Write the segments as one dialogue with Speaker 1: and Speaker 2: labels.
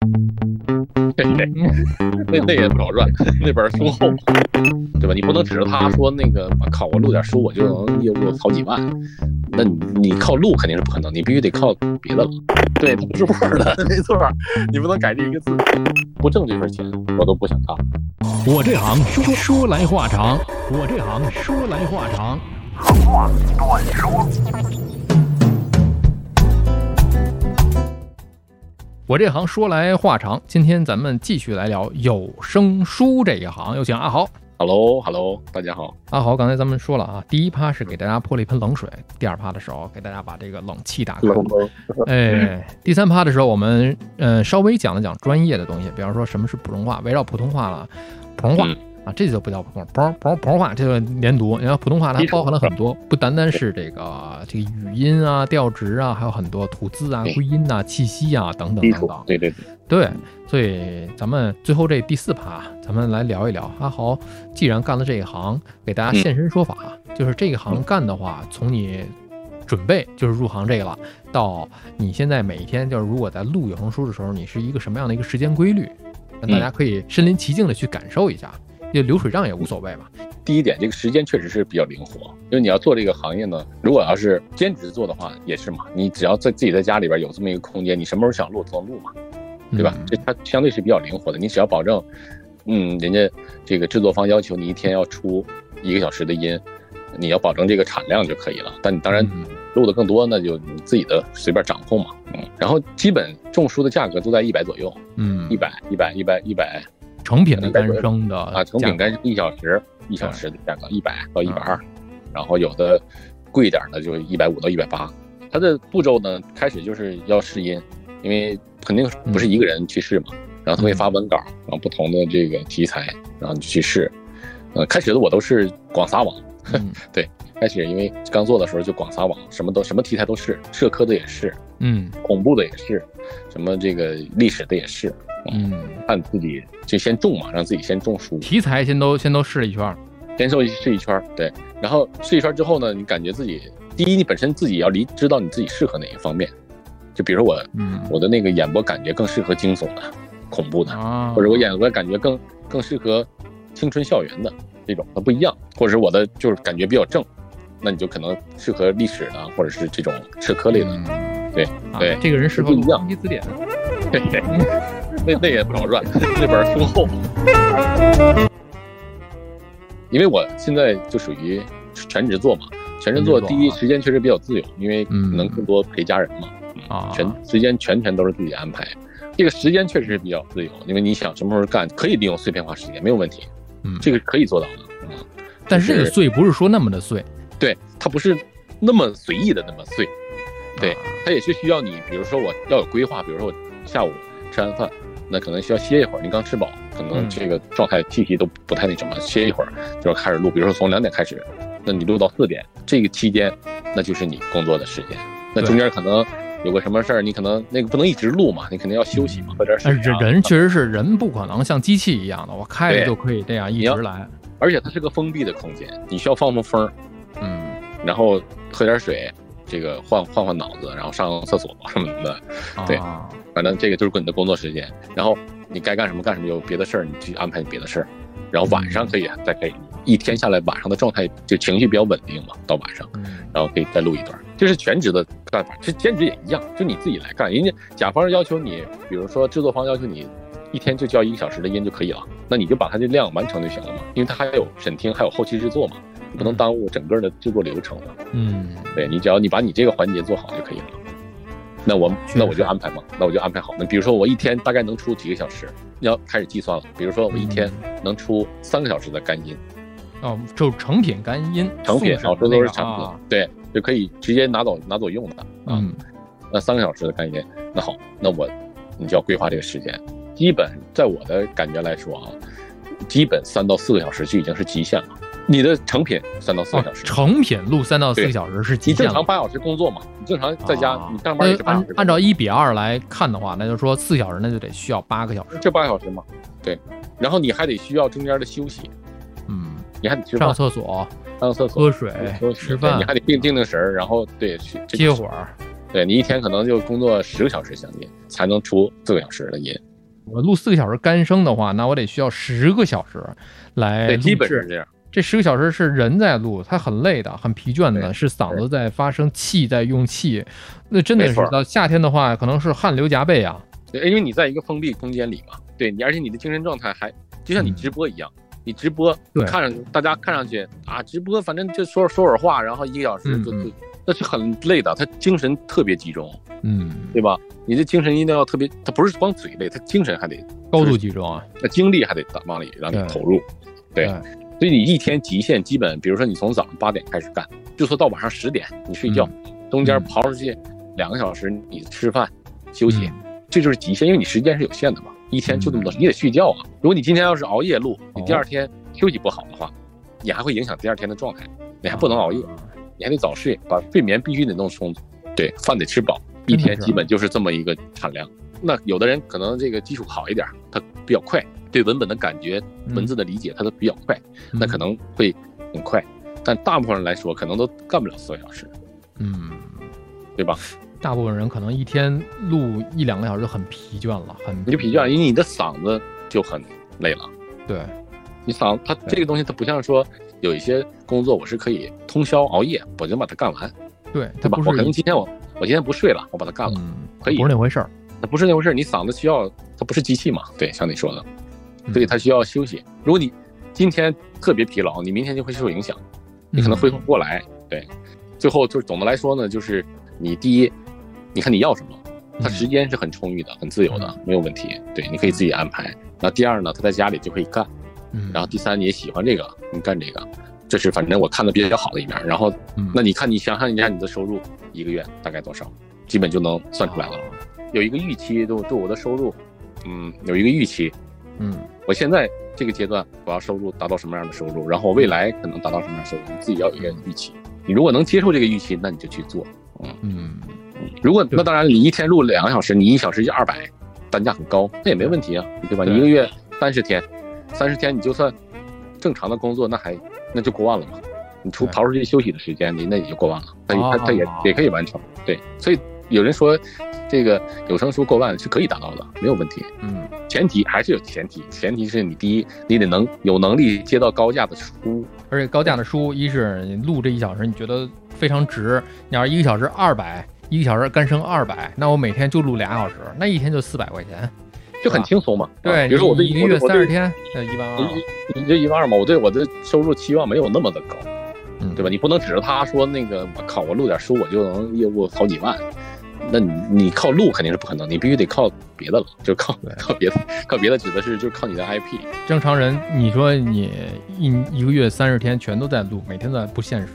Speaker 1: 那那也不好赚，那本书厚，对吧？你不能指着他说那个，我靠，我录点书我就能月入好几万，那你你靠录肯定是不可能，你必须得靠别的了。对，它不是味儿的，没错儿，你不能改这一个字。不挣这份钱，我都不想干。
Speaker 2: 我这行说说来话长，我这行说来话长。我这行说来话长，今天咱们继续来聊有声书这一行，有请阿豪。
Speaker 1: Hello，Hello，大家好。
Speaker 2: 阿豪，刚才咱们说了啊，第一趴是给大家泼了一盆冷水，第二趴的时候给大家把这个冷气打开，
Speaker 1: 啊
Speaker 2: 哎，第三趴的时候，我们呃稍微讲了讲专业的东西，比方说什么是普通话，围绕普通话了，普通话、
Speaker 1: 嗯
Speaker 2: 啊，这就不叫普通话，普通普通普通话这个连读，然后普通话它
Speaker 1: 基础
Speaker 2: 包含了很多，不单单是这个这个语音啊、调值啊，还有很多吐字啊、
Speaker 1: 对
Speaker 2: 归音啊、气息啊等等
Speaker 1: 基
Speaker 2: 等
Speaker 1: 础
Speaker 2: 等，。
Speaker 1: 对对对，
Speaker 2: 对，所以咱们最后这第四趴，啊咱们来聊一聊阿豪。既然干了这一行，给
Speaker 1: 嗯
Speaker 2: 大家现身说法，啊就是这一行干的话，从你准备就是入行这个了，到你现在每一天就是如果在录有声书的时候，你是一个什么样的一个时间规律，让大
Speaker 1: 嗯
Speaker 2: 家可以身临其境的去感受一下。就流水账也无所谓吧，
Speaker 1: 第一点，这个时间确实是比较灵活，因为你要做这个行业呢，如果要是兼职做的话，也是嘛，你只要在自己在家里边有这么一个空间，你什么时候想录都能录嘛。对吧
Speaker 2: 嗯？
Speaker 1: 这它相对是比较灵活的，你只要保证，嗯，人家这个制作方要求你一天要出一个小时的音，你要保证这个产量就可以了。但你当然
Speaker 2: 嗯
Speaker 1: 录的更多，那就你自己的随便掌控嘛。嗯，然后基本种书的价格都在一百左右，一
Speaker 2: 嗯，
Speaker 1: 百、一百、一百、一百
Speaker 2: 成品的单声的
Speaker 1: 啊，成品
Speaker 2: 呃价格嗯
Speaker 1: 干是一小时一小时的价格，一百到一百二，然后有的贵一点的就一百五到一百八。它的步骤呢，开始就是要试音，因为肯定不
Speaker 2: 嗯
Speaker 1: 是一个人去试嘛，然后他会发文稿，然后不同的这个题材，然后你去试。呃，开始的我都是广撒网，
Speaker 2: 嗯
Speaker 1: 开始因为刚做的时候就广撒网，什么都什么题材都试，社科的也是，
Speaker 2: 嗯
Speaker 1: 恐怖的也是，什么这个历史的也是，
Speaker 2: 嗯，
Speaker 1: 按自己就先种嘛，让自己先种书。
Speaker 2: 题材先都先都试一圈儿，
Speaker 1: 先受试一圈儿，对，然后试一圈儿之后呢，你感觉自己第一，你本身自己要离知道你自己适合哪一方面，就比如我
Speaker 2: 嗯
Speaker 1: 我的那个演播感觉更适合惊悚的、恐怖的，
Speaker 2: 啊，
Speaker 1: 或者我演播感觉更更适合青春校园的这种，它不一样，或者是我的就是感觉比较正，那你就可能适合历史的，或者是这种社科类的，
Speaker 2: 嗯
Speaker 1: 对对
Speaker 2: 啊，这个人适合
Speaker 1: 这不
Speaker 2: 读
Speaker 1: 一样
Speaker 2: 康熙字典。
Speaker 1: 嘿嘿， 那那也不少赚，那本书厚。因为我现在就属于全职做嘛，全职做
Speaker 2: 全职做啊
Speaker 1: 第一时间确实比较自由，因为
Speaker 2: 嗯
Speaker 1: 能更多陪家人嘛，
Speaker 2: 啊
Speaker 1: 全时间全权都是自己安排。这个时间确实是比较自由，因为你想什么时候干，可以利用碎片化时间，没有问题，
Speaker 2: 嗯，
Speaker 1: 这个可以做到的。嗯，
Speaker 2: 但是这个碎不是说那么的碎，
Speaker 1: 对，它不是那么随意的那么碎，对
Speaker 2: 啊，
Speaker 1: 它也是需要你，比如说我要有规划，比如说我下午吃完饭，那可能需要歇一会儿。你刚吃饱，可能
Speaker 2: 嗯
Speaker 1: 这个状态气息都不太那什么，歇一会儿就要开始录。比如说从两点开始，那你录到四点，这个期间那就是你工作的时间。那
Speaker 2: 对
Speaker 1: 中间可能有个什么事儿，你可能那个不能一直录嘛，你肯定要休息嘛，喝点水
Speaker 2: 但
Speaker 1: 啊、
Speaker 2: 是哎人确实是人不可能像机器一样的，我开着
Speaker 1: 对
Speaker 2: 就可以这样一
Speaker 1: 你
Speaker 2: 直
Speaker 1: 要
Speaker 2: 来，
Speaker 1: 而且它是个封闭的空间，你需要放放风儿，
Speaker 2: 嗯，
Speaker 1: 然后喝点水，这个换换换脑子，然后上厕所什么的。对
Speaker 2: 啊
Speaker 1: 反正这个就是你的工作时间，然后你该干什么干什么，有别的事儿你去安排别的事儿，然后晚上可以再可以一天下来，晚上的状态就情绪比较稳定嘛，到晚上，
Speaker 2: 嗯
Speaker 1: 然后可以再录一段，这是全职的干法，这兼职也一样，就你自己来干，人家甲方要求你，比如说制作方要求你一天就交一个小时的音就可以了，那你就把它的量完成就行了嘛，因为它还有审听，还有后期制作嘛，你不能耽误整个的制作流程嘛，
Speaker 2: 嗯，
Speaker 1: 对你只要你把你这个环节做好就可以了。那我
Speaker 2: 确实
Speaker 1: 那我就安排嘛，那我就安排好。那比如说我一天大概能出几个小时，你要开始计算了。比如说我一天
Speaker 2: 嗯
Speaker 1: 能出三个小时的干音，
Speaker 2: 哦，就成品干音，
Speaker 1: 成品
Speaker 2: 送
Speaker 1: 啊，这都
Speaker 2: 审的那
Speaker 1: 是
Speaker 2: 个
Speaker 1: 成品
Speaker 2: 啊，，
Speaker 1: 对，就可以直接拿走拿走用的啊。
Speaker 2: 嗯
Speaker 1: 那三个小时的干音，那好，那我你就要规划这个时间。基本在我的感觉来说啊，基本三到四个小时就已经是极限了。你的成品三到四
Speaker 2: 哦
Speaker 1: 个小，时，
Speaker 2: 成品录三到四个
Speaker 1: 对
Speaker 2: 小时是
Speaker 1: 你
Speaker 2: 极
Speaker 1: 正
Speaker 2: 限
Speaker 1: 常
Speaker 2: 了。
Speaker 1: 八小时工作嘛？你正常在家
Speaker 2: 啊
Speaker 1: 你上班
Speaker 2: 那
Speaker 1: 也
Speaker 2: 就是
Speaker 1: 八小时
Speaker 2: 按
Speaker 1: 工作。
Speaker 2: 按照一比二来看的话，那就说四小时，那就得需要八个小时。
Speaker 1: 就八小时嘛，对。然后你还得需要中间的休息，
Speaker 2: 嗯，
Speaker 1: 你还得吃
Speaker 2: 上
Speaker 1: 饭、
Speaker 2: 厕所、
Speaker 1: 上厕所、
Speaker 2: 喝水
Speaker 1: 休、息
Speaker 2: 吃
Speaker 1: 对
Speaker 2: 饭
Speaker 1: 你、还得定定定神儿，然后对去这
Speaker 2: 歇会儿，
Speaker 1: 对你一天可能就工作十个小时将近，才能出四个小时的音。
Speaker 2: 我录四个小时干声的话，那我得需要十个小时来
Speaker 1: 对，
Speaker 2: 录
Speaker 1: 基本
Speaker 2: 制
Speaker 1: 是这样。
Speaker 2: 这十个小时是人在录，他很累的，很疲倦的，
Speaker 1: 对
Speaker 2: 是嗓子在发声，气在用气。那真的
Speaker 1: 没
Speaker 2: 是
Speaker 1: 错
Speaker 2: 到夏天的话，可能是汗流浃背啊。
Speaker 1: 对，因为你在一个封闭空间里嘛，对你，而且你的精神状态还就像你
Speaker 2: 嗯
Speaker 1: 直播一样，你直播
Speaker 2: 对
Speaker 1: 看上去大家看上去啊，直播反正就说说会儿话，然后一个小时
Speaker 2: 嗯
Speaker 1: 就
Speaker 2: 嗯
Speaker 1: 就那是很累的，他精神特别集中，
Speaker 2: 嗯，
Speaker 1: 对吧？你的精神一定要特别，他不是光嘴累，他精神还得，
Speaker 2: 高度集中啊。
Speaker 1: 那精力还得往里让你
Speaker 2: 对
Speaker 1: 投入，对
Speaker 2: 对
Speaker 1: 所以你一天极限基本，比如说你从早上八点开始干，就说到晚上十点你睡觉，中间
Speaker 2: 嗯
Speaker 1: 刨出去两个小时你吃饭休息，
Speaker 2: 嗯
Speaker 1: 这就是极限，因为你时间是有限的嘛，一天就这么多，你得睡觉啊。如果你今天要是熬夜录，
Speaker 2: 哦
Speaker 1: 你第二天休息不好的话，你还会影响第二天的状态，你还不能熬夜，你还得早睡，把睡眠必须得弄充足，对，饭得吃饱，一
Speaker 2: 真嗯的是
Speaker 1: 天基本就是这么一个产量。那有的人可能这个基础好一点，他比较快，对文本的感觉、
Speaker 2: 嗯
Speaker 1: 文字的理解，他都比较快，那可能会很快。但大部分人来说，可能都干不了四个小时，
Speaker 2: 嗯，
Speaker 1: 对吧？
Speaker 2: 大部分人可能一天录一两个小时就很疲倦了，很
Speaker 1: 你就疲倦，因为你的嗓子就很累了。
Speaker 2: 对，
Speaker 1: 你嗓它
Speaker 2: 对
Speaker 1: 这个东西，它不像说有一些工作我是可以通宵熬夜，我就能把它干完，
Speaker 2: 对，
Speaker 1: 对
Speaker 2: 它
Speaker 1: 吧
Speaker 2: 不？是
Speaker 1: 我可能今天我我今天不睡了，我把它干了，
Speaker 2: 嗯，
Speaker 1: 可以
Speaker 2: 不是那回事儿。
Speaker 1: 那不是那回事儿。你嗓子需要，它不是机器嘛？对，像你说的，
Speaker 2: 嗯
Speaker 1: 所以它需要休息。如果你今天特别疲劳，你明天就会受影响，你可
Speaker 2: 嗯
Speaker 1: 能恢复不过来。对，最后就是总的来说呢，就是你第一，你看你要什么，它
Speaker 2: 嗯
Speaker 1: 时间是很充裕的，很自由的，没有问题。对，你可以自己安排。那第二呢，他在家里就可以干。
Speaker 2: 嗯，
Speaker 1: 然后第三你也喜欢这个，你干这个，这是反正我看的比较好的一面。然后
Speaker 2: 嗯
Speaker 1: 那你看，你想象一下你的收入一个月大概多少，基本就能算出来了。
Speaker 2: 啊
Speaker 1: 有一个预期对我对我的收入，嗯，有一个预期，
Speaker 2: 嗯
Speaker 1: 我现在这个阶段我要收入达到什么样的收入，然后我未来可能达到什么样的收入，你自己要有一个预期。你如果能接受这个预期，那你就去做。
Speaker 2: 嗯，
Speaker 1: 如果
Speaker 2: 对
Speaker 1: 那当然，你一天录两个小时，你一小时就二百，单价很高，那也没问题啊，对吧？
Speaker 2: 对
Speaker 1: 你一个月三十天，三十天你就算正常的工作，那还那就过万了嘛。你除
Speaker 2: 对
Speaker 1: 刨出去休息的时间，你那也就过万了，那也
Speaker 2: 哦
Speaker 1: 他他也也可以完成。对，所以有人说这个有声书过万是可以达到的，没有问题。
Speaker 2: 嗯
Speaker 1: 前提还是有前提，前提是你第一，你得能有能力接到高价的书，
Speaker 2: 而且高价的书，一是你录这一小时你觉得非常值，你要是一个小时二百，一个小时干升二百，那我每天就录俩小时，那一天就四百块钱。
Speaker 1: 就很
Speaker 2: 啊
Speaker 1: 轻松嘛。啊
Speaker 2: 对，
Speaker 1: 比如说我这
Speaker 2: 你一
Speaker 1: 我
Speaker 2: 个月
Speaker 1: 这
Speaker 2: 三十天，那一万二了。
Speaker 1: 一一你这一万二嘛，我对我的收入期望没有那么的高，
Speaker 2: 嗯
Speaker 1: 对吧？你不能指着他说那个，我靠，我录点书我就能业务好几万，那你你靠录肯定是不可能，你必须得靠别的了，就靠
Speaker 2: 对
Speaker 1: 靠别的，靠别的指的是就是靠你的 IP，
Speaker 2: 正常人，你说你一一个月三十天全都在录，每天都在不现实，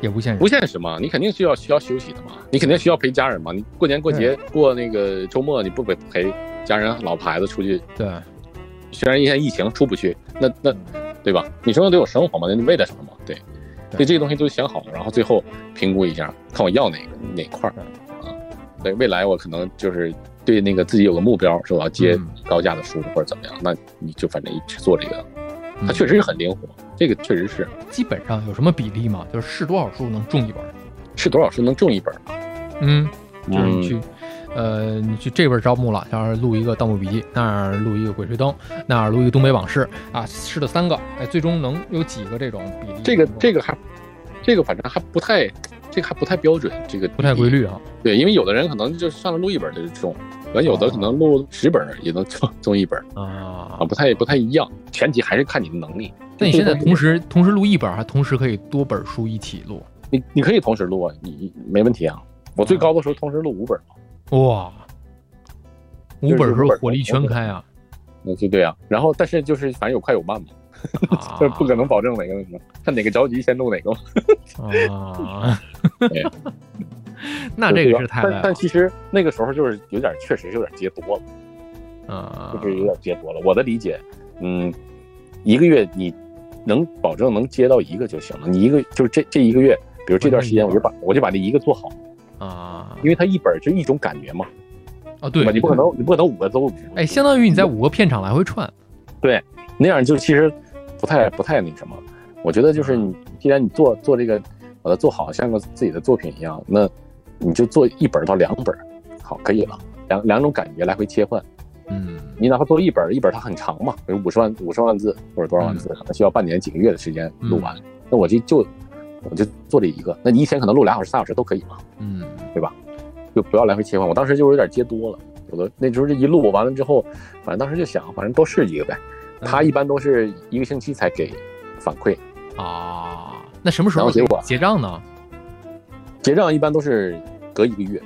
Speaker 2: 也不现实。
Speaker 1: 不现实嘛，你肯定需要需要休息的嘛，你肯定需要陪家人嘛，你过年过节过那个周末你不陪陪家人老婆孩子出去，
Speaker 2: 对，
Speaker 1: 虽然现在疫情出不去，那那对吧？你生活得有生活嘛，那你为了什么嘛？对，
Speaker 2: 嗯对
Speaker 1: 所以这些东西都想好，然后最后评估一下，看我要哪个哪块儿
Speaker 2: 嗯
Speaker 1: 啊？对，未来我可能就是对那个自己有个目标，说我要接
Speaker 2: 嗯
Speaker 1: 高价的书或者怎么样，那你就反正一直做这个，它确
Speaker 2: 实
Speaker 1: 实是很灵活，这个确实是
Speaker 2: 基本上有什么比例嘛？就是试多少书能中一本。
Speaker 1: 是多少书能中一本儿吧？
Speaker 2: 嗯，就是你去，呃，你去这边招募了，要是录一个《盗墓笔记》，那儿录一个《鬼吹灯》，那儿录一个《东北往事》啊，试了三个，哎，最终能有几个这种比例？
Speaker 1: 这个这
Speaker 2: 个
Speaker 1: 个还这个反正还不太这个还不太标准，这个
Speaker 2: 不太规律啊。
Speaker 1: 对，因为有的人可能就上来录一本儿就中，完有
Speaker 2: 哦
Speaker 1: 的可能录十本儿也能中中一本儿。
Speaker 2: 啊
Speaker 1: 啊，，不太不太一样，前提还是看你的能力。
Speaker 2: 那你现在
Speaker 1: 这个东西
Speaker 2: 同时同时录一本，还同时可以多本书一起录，
Speaker 1: 你你可以同时录啊，你你没问题啊。我最高的时候同时录五本嘛，
Speaker 2: 哇，五
Speaker 1: 就是
Speaker 2: 本时
Speaker 1: 五
Speaker 2: 候
Speaker 1: 本
Speaker 2: 火力全开啊！
Speaker 1: 那就对啊。然后但是就是反正有快有慢嘛，
Speaker 2: 啊
Speaker 1: 这 不可能保证哪个什么，看哪个着急先录哪个嘛。
Speaker 2: 啊
Speaker 1: 对！
Speaker 2: 那这个是
Speaker 1: 太
Speaker 2: 太累
Speaker 1: 但
Speaker 2: 了
Speaker 1: 但其实那个时候就是有点，确实是有点接多了，
Speaker 2: 啊！
Speaker 1: 就是有点接多了。我的理解，嗯，一个月你能保证能接到一个就行了。你一个就是这这一个月，比如这段时间我就把我就把这一个做好，
Speaker 2: 啊
Speaker 1: 因为它一本就一种感觉嘛，
Speaker 2: 啊！对
Speaker 1: 吧？，你不可能你不可能五个都
Speaker 2: 哎，相当于你在五个片场来回串，
Speaker 1: 那样就其实不太不太那什么。我觉得就是
Speaker 2: 嗯
Speaker 1: 你，既然你做做这个，把它做好，像个自己的作品一样，那你就做一本到两本，好，可以了，两两种感觉来回切换，
Speaker 2: 嗯
Speaker 1: 你哪怕做一本，一本它很长嘛，比如五十万五十万字或者多少万字，
Speaker 2: 嗯
Speaker 1: 可能需要半年几个月的时间录完。那我这就我就做这一个，那你一天可能录俩小时、仨小时都可以嘛，
Speaker 2: 嗯
Speaker 1: 就不要来回切换。我当时就是有点接多了，有的那时候这一录完了之后，反正当时就想，反正多试几个呗。
Speaker 2: 嗯
Speaker 1: 他一般都是一个星期才给反馈，
Speaker 2: 啊，那什么时
Speaker 1: 然
Speaker 2: 候
Speaker 1: 后结果
Speaker 2: 结账呢？
Speaker 1: 结账一般都是隔一个月，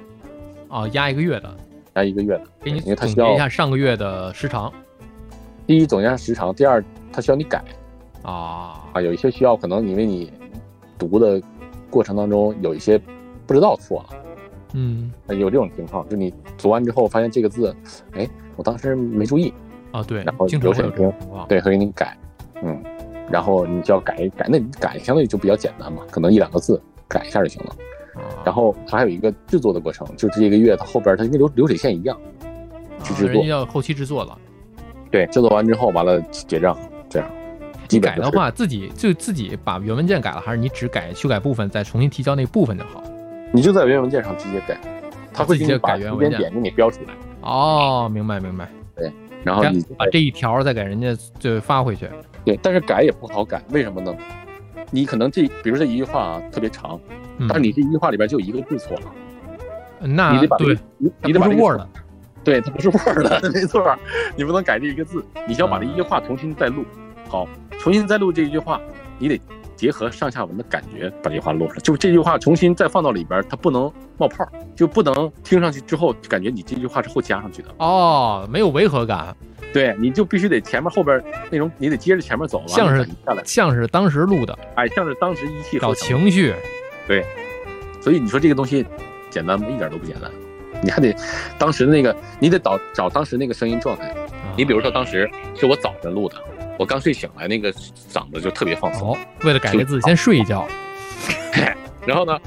Speaker 2: 啊，压一个月的，
Speaker 1: 加一个月的。
Speaker 2: 给你
Speaker 1: 因为它
Speaker 2: 总
Speaker 1: 需
Speaker 2: 结一
Speaker 1: 要
Speaker 2: 下上个月的时长
Speaker 1: 第一总结一下时长，第二它需要你改
Speaker 2: 啊
Speaker 1: 啊，有一些需要可能因为你读的过程当中有一些不知道错啊了。
Speaker 2: 嗯
Speaker 1: 有这种情况，就你读完之后发现这个字，哎，我当时没注意，
Speaker 2: 啊，对
Speaker 1: 然，后
Speaker 2: 经常
Speaker 1: 有
Speaker 2: 会有
Speaker 1: 审
Speaker 2: 这种情况。
Speaker 1: 对，会给你改，嗯，然后你就要改一改，那你改相对就比较简单嘛，可能一两个字改一下就行了。
Speaker 2: 啊，
Speaker 1: 然后它还有一个制作的过程，就这一个月它后边它跟流流水线一样，去制
Speaker 2: 啊人
Speaker 1: 作
Speaker 2: 家要后期制作了。
Speaker 1: 对，制作完之后完了结账，这样。基
Speaker 2: 你
Speaker 1: 本
Speaker 2: 改
Speaker 1: 就
Speaker 2: 的
Speaker 1: 是
Speaker 2: 话，自己就自己把原文件改了，还是你只改修改部分，再重新提交那部分就好？
Speaker 1: 你就在原文件上直接改，它会
Speaker 2: 自己
Speaker 1: 给你
Speaker 2: 就
Speaker 1: 把
Speaker 2: 改原
Speaker 1: 时间
Speaker 2: 文件
Speaker 1: 点给你标出来，
Speaker 2: 哦，明白明白。
Speaker 1: 然后你
Speaker 2: 把这一条再给人家就发回去。
Speaker 1: 对，但是改也不好改，为什么呢？你可能这，比如这一句话啊特别长，
Speaker 2: 嗯
Speaker 1: 但是你这一句话里边就有一个字错了。
Speaker 2: 那
Speaker 1: 你得把这个
Speaker 2: 对，
Speaker 1: 你
Speaker 2: 它
Speaker 1: 你得
Speaker 2: 不
Speaker 1: 把
Speaker 2: 是
Speaker 1: 这个
Speaker 2: Word
Speaker 1: 对，它不 是 Word 的，没错儿，你不能改这一个字，你需要把这一句话重新再录。好，重新再录这一句话，你得结合上下文的感觉把这句话录出来。就这句话重新再放到里边儿，它不能冒泡儿，就不能听上去之后就感觉你这句话是后加上去的。
Speaker 2: 哦，没有违和感，
Speaker 1: 对，你就必须得前面后边儿内容，你得接着前面走，完了
Speaker 2: 像是
Speaker 1: 再下来，
Speaker 2: 像是当时录的，
Speaker 1: 哎，像是当时一气
Speaker 2: 找
Speaker 1: 呵成。
Speaker 2: 情绪。
Speaker 1: 所以你说这个东西简单吗？一点儿都不简单。你还得当时那个，你得找找当时那个声音状态。
Speaker 2: 啊
Speaker 1: 你比如说，当时是我早晨录的，我刚睡醒来，那个嗓子就特别放松。
Speaker 2: 哦，为了改这字，先睡一觉。
Speaker 1: 然后呢，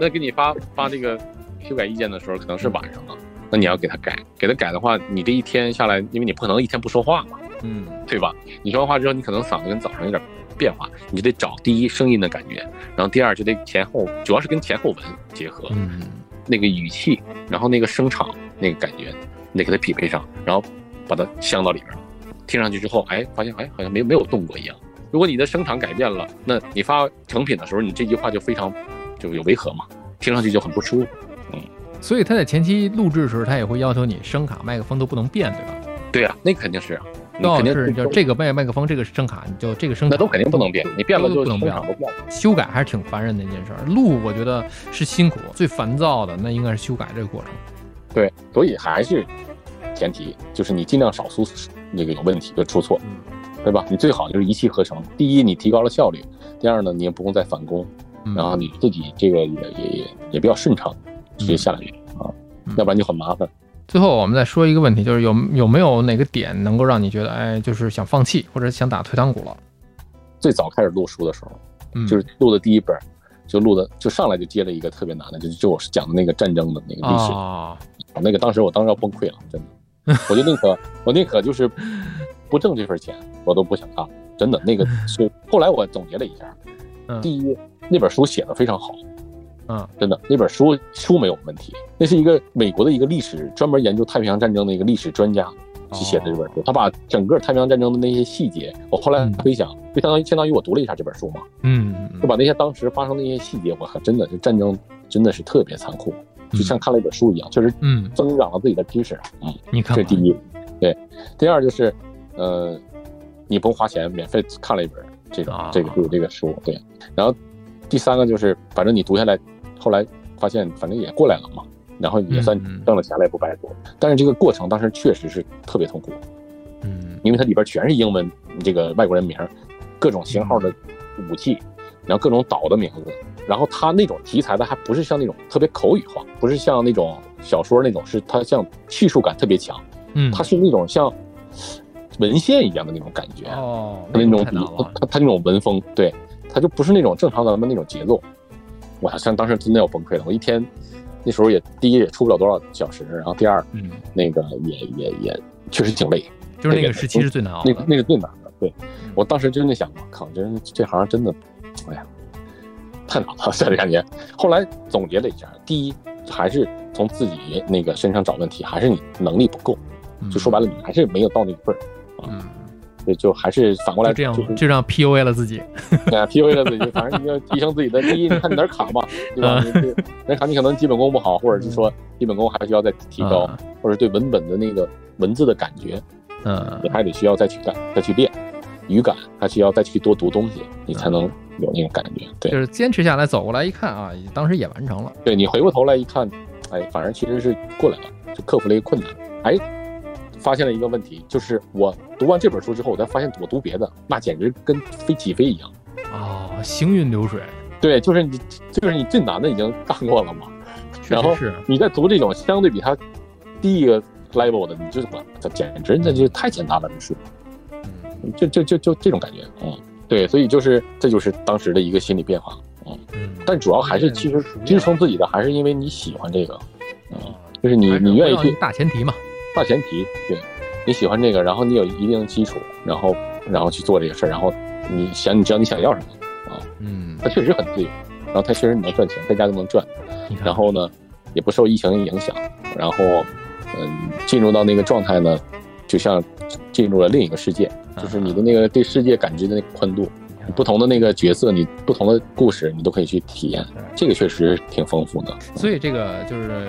Speaker 1: 那给你发发这个修改意见的时候，可能是晚上了，那你要给他改，给他改的话，你这一天下来，因为你不可能一天不说话嘛，
Speaker 2: 嗯
Speaker 1: 对吧？你说完话之后，你可能嗓子跟早上有点变化，你就得找第一声音的感觉，然后第二就得前后，主要是跟前后文结合，
Speaker 2: 嗯，
Speaker 1: 那个语气，然后那个声场那个感觉，你得给它匹配上，然后把它镶到里边儿。听上去之后，哎，发现哎好像没没有动过一样。如果你的声场改变了，那你发成品的时候，你这句话就非常就有违和嘛，听上去就很不舒服。
Speaker 2: 所以他在前期录制的时候，他也会要求你声卡、麦克风都不能变，对吧？
Speaker 1: 对啊，那肯定是啊，你
Speaker 2: 要
Speaker 1: 肯定
Speaker 2: 是就这个麦麦克风，这个声卡，你就这个声卡
Speaker 1: 那都肯定不能变，你变了
Speaker 2: 都
Speaker 1: 就
Speaker 2: 不能
Speaker 1: 声
Speaker 2: 变
Speaker 1: 场都变了。
Speaker 2: 修改还是挺烦人的一件事儿。录我觉得是辛苦，最烦躁的那应该是修改这个过程。
Speaker 1: 对，所以还是前提就是你尽量少出那个有问题就出错，
Speaker 2: 嗯
Speaker 1: 对吧？你最好就是一气呵成。第一，你提高了效率；第二呢，你也不用再返工。
Speaker 2: 嗯
Speaker 1: 然后你自己这个也也也也比较顺畅，直接下来就行啊
Speaker 2: 嗯，
Speaker 1: 要不然就很麻烦。
Speaker 2: 最后我们再说一个问题，就是有有没有哪个点能够让你觉得，哎，就是想放弃或者想打退堂鼓了？
Speaker 1: 最早开始录书的时候，
Speaker 2: 嗯，
Speaker 1: 就是录的第一本，就录的就上来就接了一个特别难的，就就我讲的那个战争的那个历史，
Speaker 2: 啊，
Speaker 1: 那个当时我当时要崩溃了， 真的，我就宁可我宁可就是不挣这份钱，我都不想干，真的那个是后来我总结了一下，
Speaker 2: 嗯
Speaker 1: 第一那本书写的非常好，
Speaker 2: 嗯
Speaker 1: 真的，那本书书没有问题，那是一个美国的一个历史专门研究太平洋战争的一个历史专家
Speaker 2: 哦
Speaker 1: 去写的这本书，他把整个太平洋战争的那些细节，我后来
Speaker 2: 嗯
Speaker 1: 回想，就相当于相当于我读了一下这本书嘛，
Speaker 2: 嗯，
Speaker 1: 就把那些当时发生的一些细节，我靠，真的是战争真的是特别残酷，就像看了一本书一样，确实
Speaker 2: 嗯，
Speaker 1: 增长了自己的知识。嗯，
Speaker 2: 你看
Speaker 1: 这是
Speaker 2: 看
Speaker 1: 第一，对，第二就是，呃，你不用花钱，免费看了一本这个、
Speaker 2: 啊
Speaker 1: 这个这个书，对。然后第三个就是，反正你读下来，后来发现反正也过来了嘛，然后也算
Speaker 2: 嗯嗯
Speaker 1: 挣了钱了，也不白读。但是这个过程当时确实是特别痛苦，
Speaker 2: 嗯
Speaker 1: 因为它里边全是英文这个外国人名儿，各种型
Speaker 2: 嗯
Speaker 1: 号的武器，然后各种岛的名字，然后它那种题材的还不是像那种特别口语化，不是像那种小说那种，是它像叙述感特别强。
Speaker 2: 嗯，
Speaker 1: 它是那种像文献一样的那种感觉，
Speaker 2: 哦，
Speaker 1: 它那种
Speaker 2: 太
Speaker 1: 笔
Speaker 2: 难了，
Speaker 1: 它它那种文风，对，它就不是那种正常咱们那种节奏。我好像当时真的要崩溃了，我一天那时候也第一也出不了多少小时，然后第二
Speaker 2: 嗯，
Speaker 1: 那个也也也确实挺累，
Speaker 2: 就是那个时期是最难熬
Speaker 1: 那个
Speaker 2: 的。嗯
Speaker 1: 那个最难的。对我当时真的想，我靠，这这行真的，哎呀，太难了，这感觉。后来总结了一下，第一还是从自己那个身上找问题，还是你能力不够。
Speaker 2: 嗯
Speaker 1: 就说白了，你还是没有到那个份儿，
Speaker 2: 嗯，
Speaker 1: 就就还是反过来
Speaker 2: 就这
Speaker 1: 就是
Speaker 2: 样就这样 PUA 了自己，
Speaker 1: 啊，PUA 了自己，反正你要提升自己的。第一，你看你哪儿卡 嘛，对吧？
Speaker 2: 嗯
Speaker 1: 你这哪儿卡你可能基本功不好，或者是说基本功还需要再提高，
Speaker 2: 嗯
Speaker 1: 或者对文本的那个文字的感觉，你
Speaker 2: 嗯
Speaker 1: 还得需要再去感再去练，语感还需要再去多读东西，你才能有那种感觉。对
Speaker 2: 嗯就，是坚持下来走过来一看啊，当时也完成了，
Speaker 1: 对你回过头来一看，哎，反而其实是过来了，就克服了一个困难，哎，发现了一个问题，就是我读完这本书之后，我才发现我读别的那简直跟飞起飞一样。
Speaker 2: 哦，行云流水，
Speaker 1: 对，就是你，就是你最难的已经干过了嘛。
Speaker 2: 确
Speaker 1: 然后
Speaker 2: 实是，嗯
Speaker 1: 你在读这种相对比它低一个 level 的，你就哇，这简直那就太简单了，这书，
Speaker 2: 嗯
Speaker 1: 就就就就这种感觉啊、嗯对，所以就是这就是当时的一个心理变化，
Speaker 2: 嗯，啊
Speaker 1: 但主要还是其实支撑自己的还是因为你喜欢这个，嗯，就是你
Speaker 2: 还是
Speaker 1: 你愿意
Speaker 2: 围绕
Speaker 1: 去
Speaker 2: 大前提嘛，
Speaker 1: 大前提，对，你喜欢这个，然后你有一定的基础，然后然后去做这个事儿，然后你想你知道你想要什么，
Speaker 2: 嗯，
Speaker 1: 它确实很自由，然后它确实能赚钱，在家都能赚。
Speaker 2: 你看
Speaker 1: 然后呢，也不受疫情影响，然后，嗯，进入到那个状态呢，就像进入了另一个世界，就是你的那个对世界感知的那个宽度，不同的那个角色，你不同的故事，你都可以去体验，这个确实挺丰富 的。
Speaker 2: 所以这个就是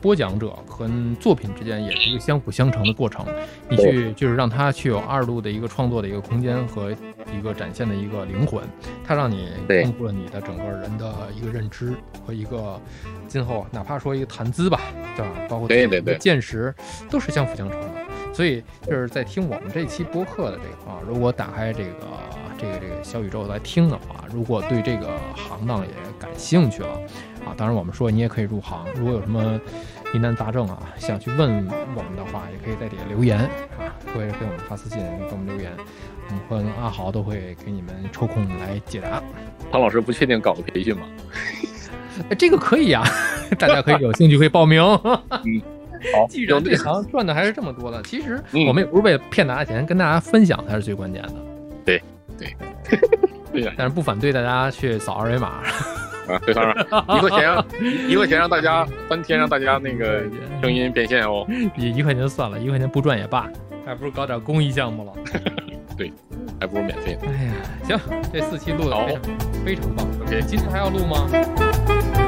Speaker 2: 播讲者和作品之间也是一个相辅相成的过程。你去就是让他去有二度的一个创作的一个空间和一个展现的一个灵魂，它让你
Speaker 1: 对
Speaker 2: 丰富了你的整个人的一个认知和一个今后哪怕说一个谈资吧，对吧？包括
Speaker 1: 对
Speaker 2: 自己的
Speaker 1: 对对
Speaker 2: 见识都是相辅相成的。所以就是在听我们这期播客的这个啊，如果打开这个这个这个小宇宙来听的话，如果对这个行当也感兴趣了啊，当然我们说你也可以入行，如果有什么疑难杂症啊，想去问我们的话，也可以在底下留言啊，或者给我们发私信，给我们留言，我们和阿豪都会给你们抽空来解答。
Speaker 1: 潘老师不确定搞个培训吗？
Speaker 2: 哎这个可以呀、 大家可以有兴趣可以报名。
Speaker 1: 好
Speaker 2: 既然这行赚的还是这么多的，其实
Speaker 1: 嗯
Speaker 2: 我们也不是为了骗大家钱，跟大家分享才是最关键的。
Speaker 1: 对对对呀
Speaker 2: 但是不反对大家去扫二维码。
Speaker 1: 啊，对，当然，一块钱让一块钱让大家三天让大家那个声音变现哦。
Speaker 2: 一一块钱就算了，一块钱不赚也罢，还不如搞点公益项目了。
Speaker 1: 对，还不如免费呢。
Speaker 2: 哎呀，行，这四期录的
Speaker 1: 好
Speaker 2: 非常非常棒。
Speaker 1: OK
Speaker 2: 今天还要录吗？